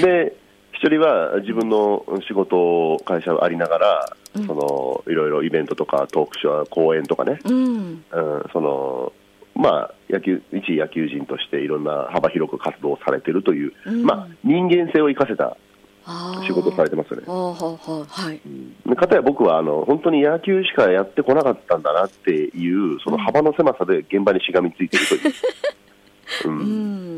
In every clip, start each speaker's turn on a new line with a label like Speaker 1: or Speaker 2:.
Speaker 1: で一人は自分の仕事、会社ありながら、そのいろいろイベントとかトークショー、講演とかね、
Speaker 2: えうん。
Speaker 1: うん、そのまあ野球一野球人としていろんな幅広く活動されてるという、
Speaker 2: うん
Speaker 1: まあ、人間性を生かせた
Speaker 2: あー
Speaker 1: 仕事をされてますよね。
Speaker 2: ほうほうほうはい。
Speaker 1: でかたや僕はあの本当に野球しかやってこなかったんだなっていうその幅の狭さで現場にしがみついてる という、
Speaker 2: う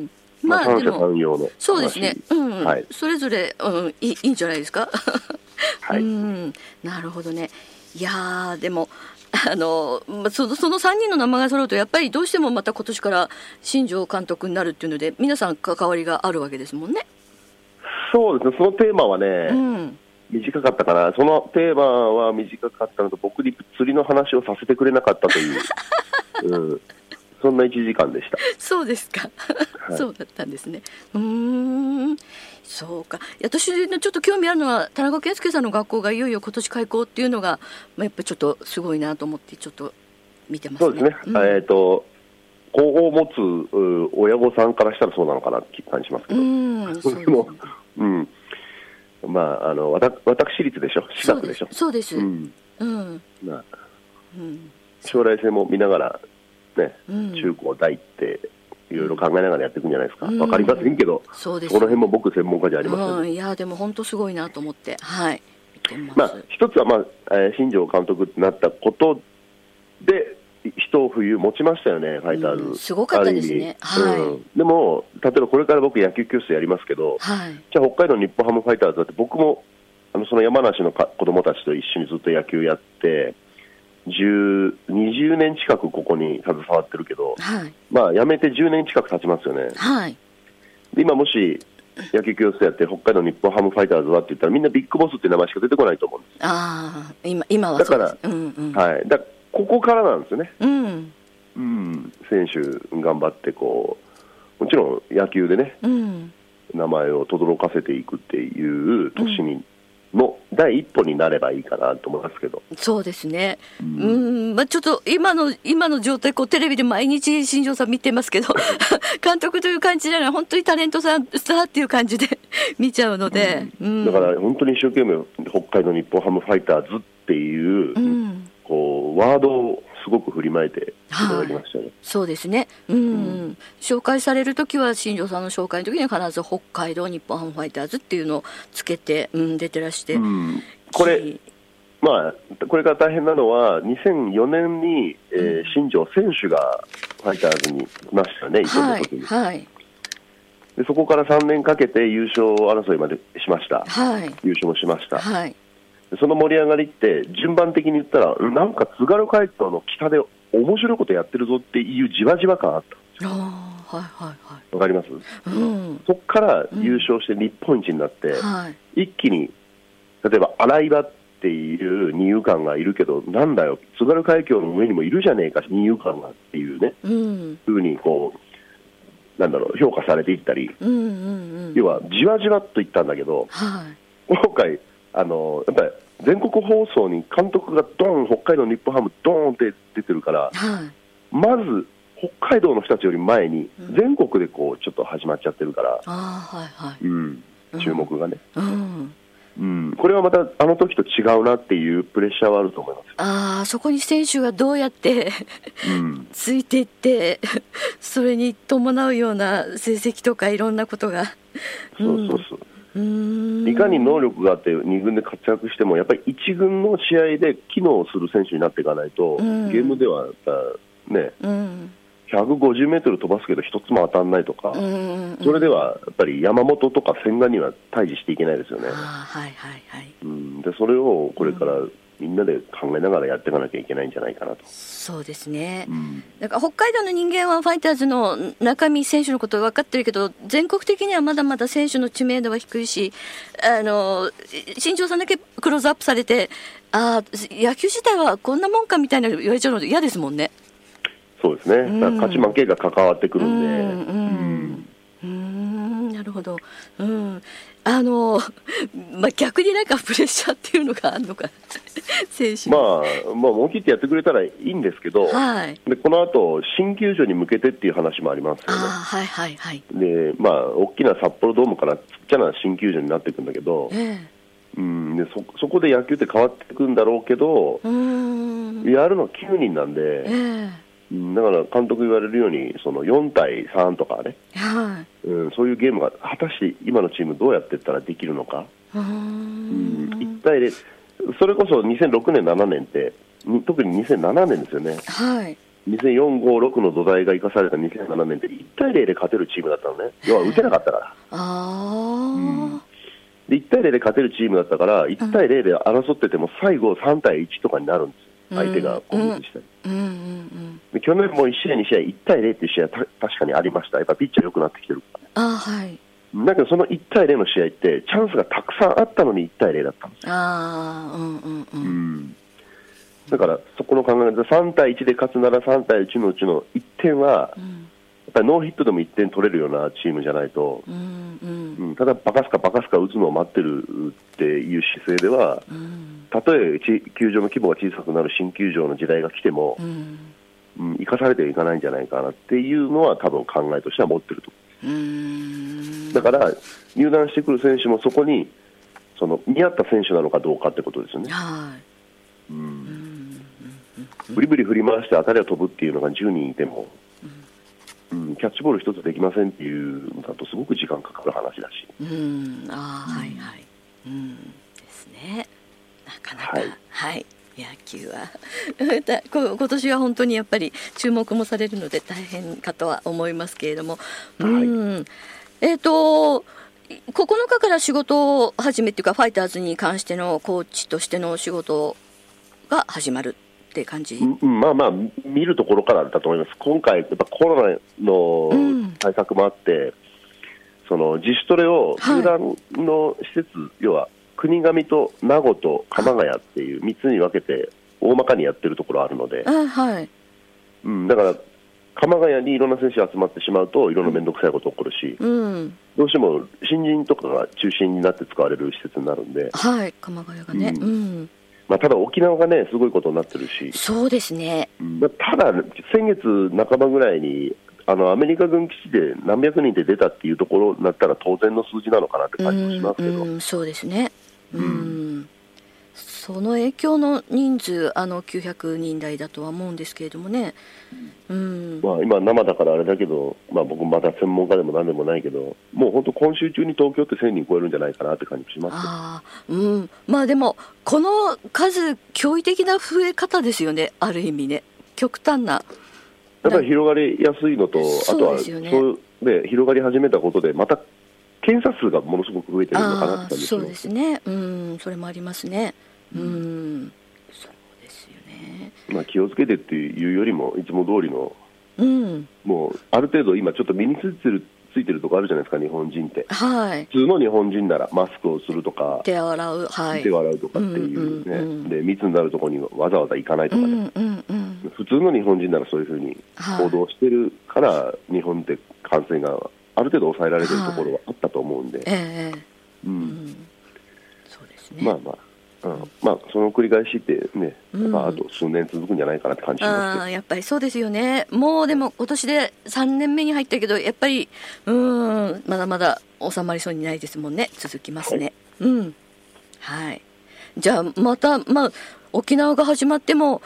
Speaker 2: ん。
Speaker 1: まあ、
Speaker 2: まあ
Speaker 1: 三
Speaker 2: で
Speaker 1: 者
Speaker 2: も
Speaker 1: 三様の話
Speaker 2: そうですね。うん、
Speaker 1: はい
Speaker 2: それぞれうんいいいいんじゃないですか。
Speaker 1: はい
Speaker 2: うん、なるほどね。いやーでも。 あのまあそのその3人の名前が揃うとやっぱりどうしてもまた今年から新庄監督になるっていうので皆さん関わりがあるわけですもんね。
Speaker 1: そうですねそのテーマはね、
Speaker 2: うん、
Speaker 1: 短かったかな、そのテーマは短かったのと、僕に釣りの話をさせてくれなかった という、うん、そんな1時間でした。
Speaker 2: そうですか、
Speaker 1: い
Speaker 2: そうだったんですね。うーんそうかいや私のちょっと興味あるのは田中健介さんの学校がいよいよ今年開校っていうのが、まあ、やっぱりちょっとすごいなと思ってちょっと見てますね。
Speaker 1: そうですね、
Speaker 2: ん
Speaker 1: えっ、と、子を持つう親御さんからしたらそうなのかなって感じますけ
Speaker 2: う
Speaker 1: ど、
Speaker 2: ん、そう
Speaker 1: でも、うん、まあ、あの、わた私立でしょ、私
Speaker 2: そう
Speaker 1: 学
Speaker 2: で
Speaker 1: でし
Speaker 2: す
Speaker 1: ょ。。
Speaker 2: そうです。
Speaker 1: う
Speaker 2: うん。
Speaker 1: ん
Speaker 2: うん。
Speaker 1: まあ、将来性も見ながら、ね、
Speaker 2: うん
Speaker 1: 中高大って、いろいろ考えながらやっていくんじゃないですか、わ、かりませんけど、
Speaker 2: そうです
Speaker 1: この辺も僕、専門家じゃありませんので
Speaker 2: うん、いや、でも本当すごいなと思って。はい。見てます
Speaker 1: まあ、一つは、まあえー新庄監督になったことで、い一冬持ちましたよね、ファイターズ。
Speaker 2: うんすごかったですね
Speaker 1: ある意味
Speaker 2: はい
Speaker 1: んでも、例えばこれから僕、野球教室やりますけど、
Speaker 2: はい。
Speaker 1: じゃあ、北海道日本ハムファイターズだって、僕もあのその山梨のか子供たちと一緒にずっと野球やって、10 20年近くここに携わってるけど、
Speaker 2: はい。
Speaker 1: まあ、辞めて10年近く経ちますよね。
Speaker 2: はい。
Speaker 1: で今もし野球教室やって北海道日本ハムファイターズはって言ったらみんなビッグボスっていう名前しか出てこないと思うんです
Speaker 2: ああ、今、今はそうです。
Speaker 1: だから
Speaker 2: うんうん。
Speaker 1: はい、だここからなんですよね、
Speaker 2: うん。
Speaker 1: うん、選手頑張ってこう、もちろん野球でね、
Speaker 2: うん
Speaker 1: 名前を轟かせていくっていう年に、の第一歩になればいいかなと思いますけど、
Speaker 2: そうですね、うんまあ、ちょっと今の今の状態こう、テレビで毎日、新庄さん見てますけど、 監督という感じじゃない、本当にタレントさん、スターっていう感じで 見ちゃうので、うん
Speaker 1: だから本当に一生懸命、北海道日本ハムファイターズっていう、
Speaker 2: うん
Speaker 1: こうワードをすごく振りまいていただきましたね。
Speaker 2: そうですね、うん紹介されるときは、新庄さんの紹介の時には必ず北海道日本ハムファイターズっていうのをつけて、うん、出てらして、
Speaker 1: うんこれ、まあ、これから大変なのは、2004年に、えー新庄選手がファイターズに来ましたね、移籍
Speaker 2: は
Speaker 1: の時
Speaker 2: い、
Speaker 1: に、
Speaker 2: はい、
Speaker 1: で。そこから3年かけて優勝争いまでしました、
Speaker 2: はい、
Speaker 1: 優勝もしました、
Speaker 2: はい、
Speaker 1: でその盛り上がりって、順番的に言ったら、うんなんか津軽海峡の北で面白いことやってるぞっていうじわじわ感あった、
Speaker 2: あーはい、は
Speaker 1: わかります
Speaker 2: い、はい、うん、
Speaker 1: そこから優勝して日本一になって、
Speaker 2: はい。
Speaker 1: 一気に例えば洗い場っていう二遊間がいるけどなんだよ津軽海峡の上にもいるじゃねえか二遊間がっていうね
Speaker 2: うん、
Speaker 1: ふうにこうなんだろう評価されていったり
Speaker 2: うん、うん、うん。
Speaker 1: 要はじわじわっといったんだけど
Speaker 2: はい。
Speaker 1: 今回あのやっぱり全国放送に監督がドーン北海道日本ハムドーンって出てるから
Speaker 2: はい。
Speaker 1: まず北海道の人たちより前に全国でこうちょっと始まっちゃってるから、
Speaker 2: ああ、はい、はい。
Speaker 1: うん、注目がね。
Speaker 2: うん。
Speaker 1: うん、これはまたあの時と違うなっていうプレッシャーはあると思いま
Speaker 2: ああ、そこに選手がどうやって
Speaker 1: す、うん、
Speaker 2: ついていって、それに伴うような成績とかいろんなことが。
Speaker 1: そうそうそう、
Speaker 2: うーん。
Speaker 1: いかに能力があって2軍で活躍しても、やっぱり1軍の試合で機能する選手になっていかないと、
Speaker 2: うん
Speaker 1: ゲームではやっぱね、
Speaker 2: うん。
Speaker 1: 150メートル飛ばすけど、一つも当たらないとか、
Speaker 2: うん。うん
Speaker 1: それではやっぱり山本とか千賀には対峙していけないですよね、
Speaker 2: ああ、はい、はい、はい。
Speaker 1: うん、でそれをこれからみんなで考えながらやっていかなきゃいけないんじゃないかなと。
Speaker 2: そうですね。
Speaker 1: うん
Speaker 2: なんか北海道の人間はファイターズの中身選手のこと分かってるけど全国的にはまだまだ選手の知名度は低いしあの新庄さんだけクローズアップされてあー野球自体はこんなもんかみたいな言われちゃうの嫌ですもんね。
Speaker 1: そうですね、だから勝ち負けが関わってくるんで、
Speaker 2: うんうんうーんなるほど、うんあのまあ、逆になんかプレッシャーっていうのがあるのか な選手に
Speaker 1: まあ、まあ、思い切ってやってくれたらいいんですけど、
Speaker 2: はい
Speaker 1: でこの後新球場に向けてっていう話もあります
Speaker 2: あー
Speaker 1: よね。
Speaker 2: はいはいはい、
Speaker 1: でまあ、大きな札幌ドームからちっちゃな新球場になっていくんだけど、
Speaker 2: え
Speaker 1: うん、でそそこで野球って変わっていくんだろうけど
Speaker 2: え、うーん
Speaker 1: やるの9人なん
Speaker 2: え
Speaker 1: で、
Speaker 2: え
Speaker 1: うんだから監督言われるようにその4対3とかね、
Speaker 2: はい
Speaker 1: うん、そういうゲームが果たして今のチームどうやっていったらできるのか、
Speaker 2: うー
Speaker 1: うん
Speaker 2: ん
Speaker 1: 1対0それこそ2006年、7年ってに特に2007年ですよね。
Speaker 2: はい。
Speaker 1: 2004、5、6の土台が生かされた2007年って1対0で勝てるチームだったのね、要は打てなかったから、
Speaker 2: ああ、
Speaker 1: で1対0で勝てるチームだったから、1対0で争ってても、最後3対1とかになるんですよ、相手が攻撃したり。
Speaker 2: うん、うんうん
Speaker 1: で去年も1試合、2試合、1対0っていう試合はた確かにありました、やっぱピッチャー良くなってきてるか
Speaker 2: ああはい。
Speaker 1: ら、だけどその1対0の試合って、チャンスがたくさんあったのに1対0だったんです
Speaker 2: ああ、うんうんうん。
Speaker 1: よ、だからそこの考え方、3対1で勝つなら3対1のうちの1点は、やっぱりノーヒットでも1点取れるようなチームじゃないと。
Speaker 2: うんうん
Speaker 1: うんただ、バカすかバカすか打つのを待ってるっていう姿勢では、たとえち球場の規模が小さくなる新球場の時代が来ても、
Speaker 2: うん
Speaker 1: うん生かされてはいかないんじゃないかなっていうのは、多分考えとしては持ってると
Speaker 2: うん
Speaker 1: だから、入団してくる選手もそこにその見合った選手なのかどうかってことですよね、
Speaker 2: はい。
Speaker 1: ブリブリ振り回して当たりは飛ぶっていうのが10人いても、うん、キャッチボール一つできませんっていうのだと、すごく時間かかる話だし。
Speaker 2: うん、ああ、はいはい。うん、ですね。なかなか、は
Speaker 1: はいい。
Speaker 2: 野球は だこ今年は本当にやっぱり注目もされるので大変かとは思いますけれども、うんえっ、と9日から仕事を始めっていうかファイターズに関してのコーチとしての仕事が始まるって感じ、
Speaker 1: うんまあまあ、見るところからだと思います、今回、やっぱコロナ
Speaker 2: うん
Speaker 1: の対策もあって、その自主トレを
Speaker 2: はい
Speaker 1: 球団の施設、要は国頭と名護と鎌ヶ谷っていう3つに分けて、大まかにやってるところあるので、
Speaker 2: あはい
Speaker 1: うん、だから鎌ヶ谷にいろんな選手が集まってしまうと、いろんな面倒くさいこと起こるし、
Speaker 2: うん、
Speaker 1: どうしても新人とかが中心になって使われる施設になるんで、
Speaker 2: はい、鎌ヶ谷がね、う、
Speaker 1: うんまあ、ただ沖縄がね、すごいことになってるし、
Speaker 2: そうですね。
Speaker 1: まあただ、先月半ばぐらいに、あのアメリカ軍基地で何百人で出たっていうところになったら、当然の数字なのかなって
Speaker 2: う
Speaker 1: 感じもし
Speaker 2: ん
Speaker 1: ますけど、
Speaker 2: うん、そうですね。うん、その影響の人数、あの900人台だとは思うんですけれどもね。うん、
Speaker 1: まあ、今、生だからあれだけど、まあ、僕、まだ専門家でも何でもないけど、もう本当、今週中に東京って1000人超えるんじゃないかなって感じします
Speaker 2: ああ、うん、まあでも、この数、驚異的な増え方ですよね、ある意味ね。極端な。
Speaker 1: やっぱり広がりやすいのと、あと
Speaker 2: そう
Speaker 1: は
Speaker 2: ですよね
Speaker 1: そうで広がり始めたことで、また検査数がものすごく増えてるの
Speaker 2: あ
Speaker 1: かなって
Speaker 2: あ
Speaker 1: 感じ
Speaker 2: そう
Speaker 1: で
Speaker 2: ですすねうんそれもありますねうん、そうですよね
Speaker 1: ねまあ、気をつけてっていうよりも、いつも通りの、
Speaker 2: うん
Speaker 1: もうある程度、今、ちょっと身についてるついてるとこあるじゃないですか、日本人って。
Speaker 2: はい
Speaker 1: 普通の日本人ならマスクをするとか、
Speaker 2: 手を洗うはい
Speaker 1: 手を洗うとかっていうね、
Speaker 2: うんうんうん
Speaker 1: で密になるところにわざわざ行かないと
Speaker 2: う
Speaker 1: かね。
Speaker 2: んうんうん
Speaker 1: 普通の日本人ならそういうふうに行動してるから、日本って感染がある程度抑えられてるところはあったと思うんで、
Speaker 2: ええ
Speaker 1: う、
Speaker 2: うんんそうですね
Speaker 1: まあまあ、うんまあ、その繰り返しってね、
Speaker 2: うん
Speaker 1: まあ、あと数年続くんじゃないかなって感じします
Speaker 2: ああやっぱりそうですよね、もうでも今年で3年目に入ったけど、やっぱりうーん、まだまだ収まりそうにないですもんね、続きますね。うんはい、じゃあ、また、まあ、沖縄が始まっても、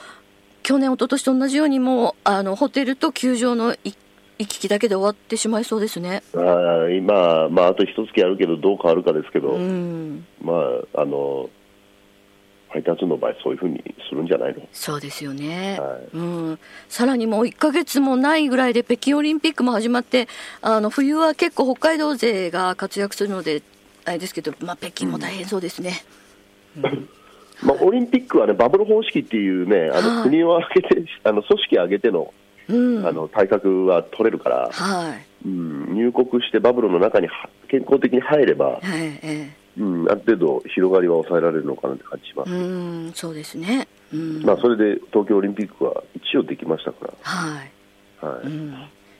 Speaker 2: 去年、一昨年と同じように、もうあのホテルと球場のい行き来だけで終わってしまいそうですね。
Speaker 1: けど、ああ今、まあ、あと一月やるけど、どう変わるかですけど、
Speaker 2: うん
Speaker 1: まあ、あの、ファイターズの場合、そういうふうにするんじゃないの
Speaker 2: そうですよね、
Speaker 1: はい
Speaker 2: うん、さらにもう1ヶ月もないぐらいで北京オリンピックも始まってあの冬は結構北海道勢が活躍するのであれですけど、まあ、北京も大変そうですね、
Speaker 1: まあ、オリンピックはね、バブル方式っていうね、あ
Speaker 2: はい
Speaker 1: の国を挙げて、あの組織挙げての
Speaker 2: うん
Speaker 1: あの対策は取れるから、
Speaker 2: はい
Speaker 1: うん、入国してバブルの中には健康的に入れば、
Speaker 2: えええ
Speaker 1: うん、ある程度広がりは抑えられるのかなって感じしま
Speaker 2: え
Speaker 1: す、
Speaker 2: うんそうですね、うん
Speaker 1: まあ、それで東京オリンピックは一応できましたか
Speaker 2: はい
Speaker 1: ら、はい
Speaker 2: うん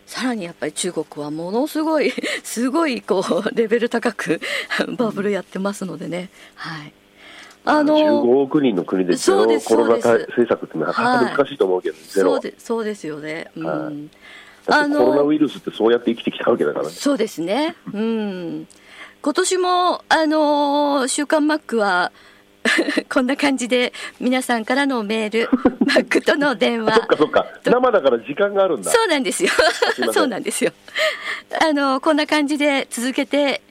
Speaker 2: さらにやっぱり中国はものすごい すごいこうレベル高く バブルやってますのでね、はいあの
Speaker 1: 15億人の国でゼ
Speaker 2: そう
Speaker 1: ロ
Speaker 2: です
Speaker 1: コロナ
Speaker 2: そう
Speaker 1: 対
Speaker 2: です
Speaker 1: 政策ってなかなか難しいと思うけど、ゼロ
Speaker 2: そう
Speaker 1: は
Speaker 2: でそうですよね、うん
Speaker 1: はいだ
Speaker 2: あ
Speaker 1: ってコロナ
Speaker 2: の
Speaker 1: ウイルスってそうやって生きてきたわけだからね、
Speaker 2: そうですね、うん、今年もあのー週刊マックは こんな感じで皆さんからのメール、 マックとの電話
Speaker 1: そっ。かそっか、生だから時間があるんだ、
Speaker 2: そうなんですよ
Speaker 1: すいま。せん
Speaker 2: そうなんですよ。あのこんな感じで続けて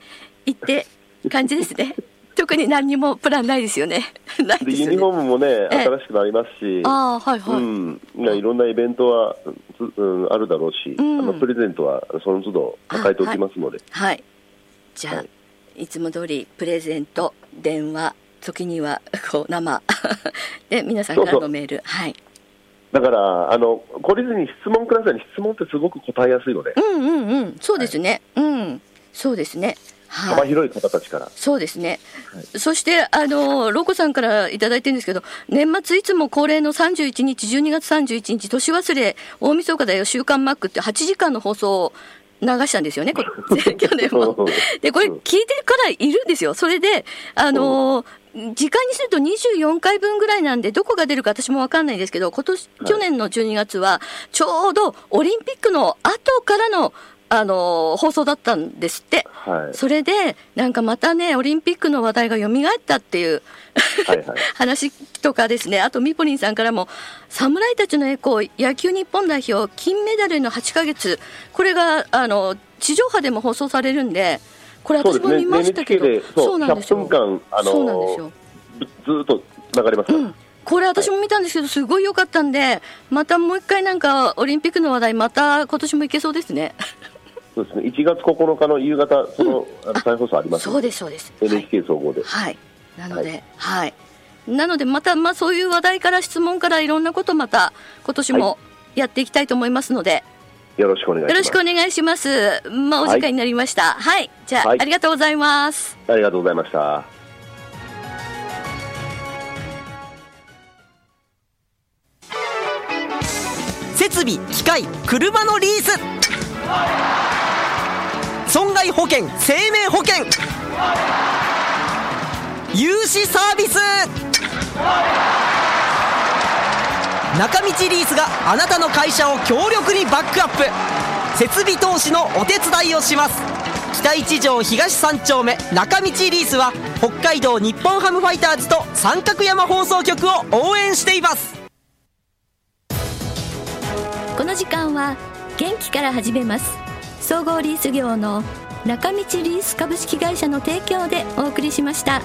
Speaker 2: いって感じです ね。特に何にもプランないですよね。 ない
Speaker 1: で
Speaker 2: ですよ
Speaker 1: ユニ
Speaker 2: ね
Speaker 1: フォ。ームもね、
Speaker 2: ええ
Speaker 1: 新しくなりますし。
Speaker 2: ああはいはい。
Speaker 1: うん、いやいろんなイベントは、つうん、あるだろうし、
Speaker 2: うん
Speaker 1: あのプレゼントはその都度抱えておきますので、
Speaker 2: はい。じゃあ、、
Speaker 1: はい
Speaker 2: つも通りプレゼント、電話、時には こう生で皆さんから
Speaker 1: そうそ
Speaker 2: の
Speaker 1: う
Speaker 2: メール、はい。
Speaker 1: だからあの懲りずに質問くださいね質問ってすごく答えやすいので、
Speaker 2: うんうんうん、そうですね。うん、そうですね。は
Speaker 1: 幅
Speaker 2: い。
Speaker 1: 広い方たちから
Speaker 2: そうですね。そしてあのロコさんからいただいてるんですけど、年末いつも恒例の31日、12月31日年忘れ大晦日だよ週刊マックって8時間の放送を流したんですよね。こ 去年も。でこれ聞いてからいるんですよ、それで、あのー時間にすると24回分ぐらいなんで、どこが出るか私も分かんないんですけど、今年去年の12月は、ちょうどオリンピックの後からの、あのー放送だったんですって。
Speaker 1: はい
Speaker 2: それで、なんかまたね、オリンピックの話題が蘇ったっていう
Speaker 1: はいはい
Speaker 2: 話とかですね、あとミポリンさんからも、侍たちの栄光、野球日本代表、金メダルへの8ヶ月、これがあの地上波でも放送されるんで、これ、
Speaker 1: そう
Speaker 2: 私
Speaker 1: です
Speaker 2: も見
Speaker 1: ね
Speaker 2: ましたけ
Speaker 1: NHK
Speaker 2: ど、
Speaker 1: でそう
Speaker 2: なんです
Speaker 1: 100
Speaker 2: よ
Speaker 1: 分、間あの
Speaker 2: そうなんですよ、
Speaker 1: ずずーっと流れますから、
Speaker 2: うんこれ、私も見たんですけど、すごい良かったんで、またもう一回、なんかオリンピックの話題、また今年もいけそうですね。
Speaker 1: そうですね1月9日の夕方その、あの再放送あります
Speaker 2: そうです、そうです。はい
Speaker 1: NHK 総合で、
Speaker 2: はい、なので、
Speaker 1: は
Speaker 2: はい、なので、また、まあ、そういう話題から質問からいろんなこと、また。今年もやっていきたいと思いますので、
Speaker 1: よろしくお願い
Speaker 2: よろ
Speaker 1: し
Speaker 2: しくお
Speaker 1: ます
Speaker 2: 願いします。まあ、お時間になりました。はい、じゃあ、
Speaker 1: はい
Speaker 2: ありがとうございます。
Speaker 1: ありがとうございました
Speaker 3: 設備機械害車のリース損害保険生命保険融資サービス中道リースがあなたの会社を強力にバックアップ設備投資のお手伝いをします北一条東三丁目中道リースは北海道日本ハムファイターズと三角山放送局を応援しています
Speaker 2: この時間は元気から始めます総合リース業の中道リース株式会社の提供でお送りしました。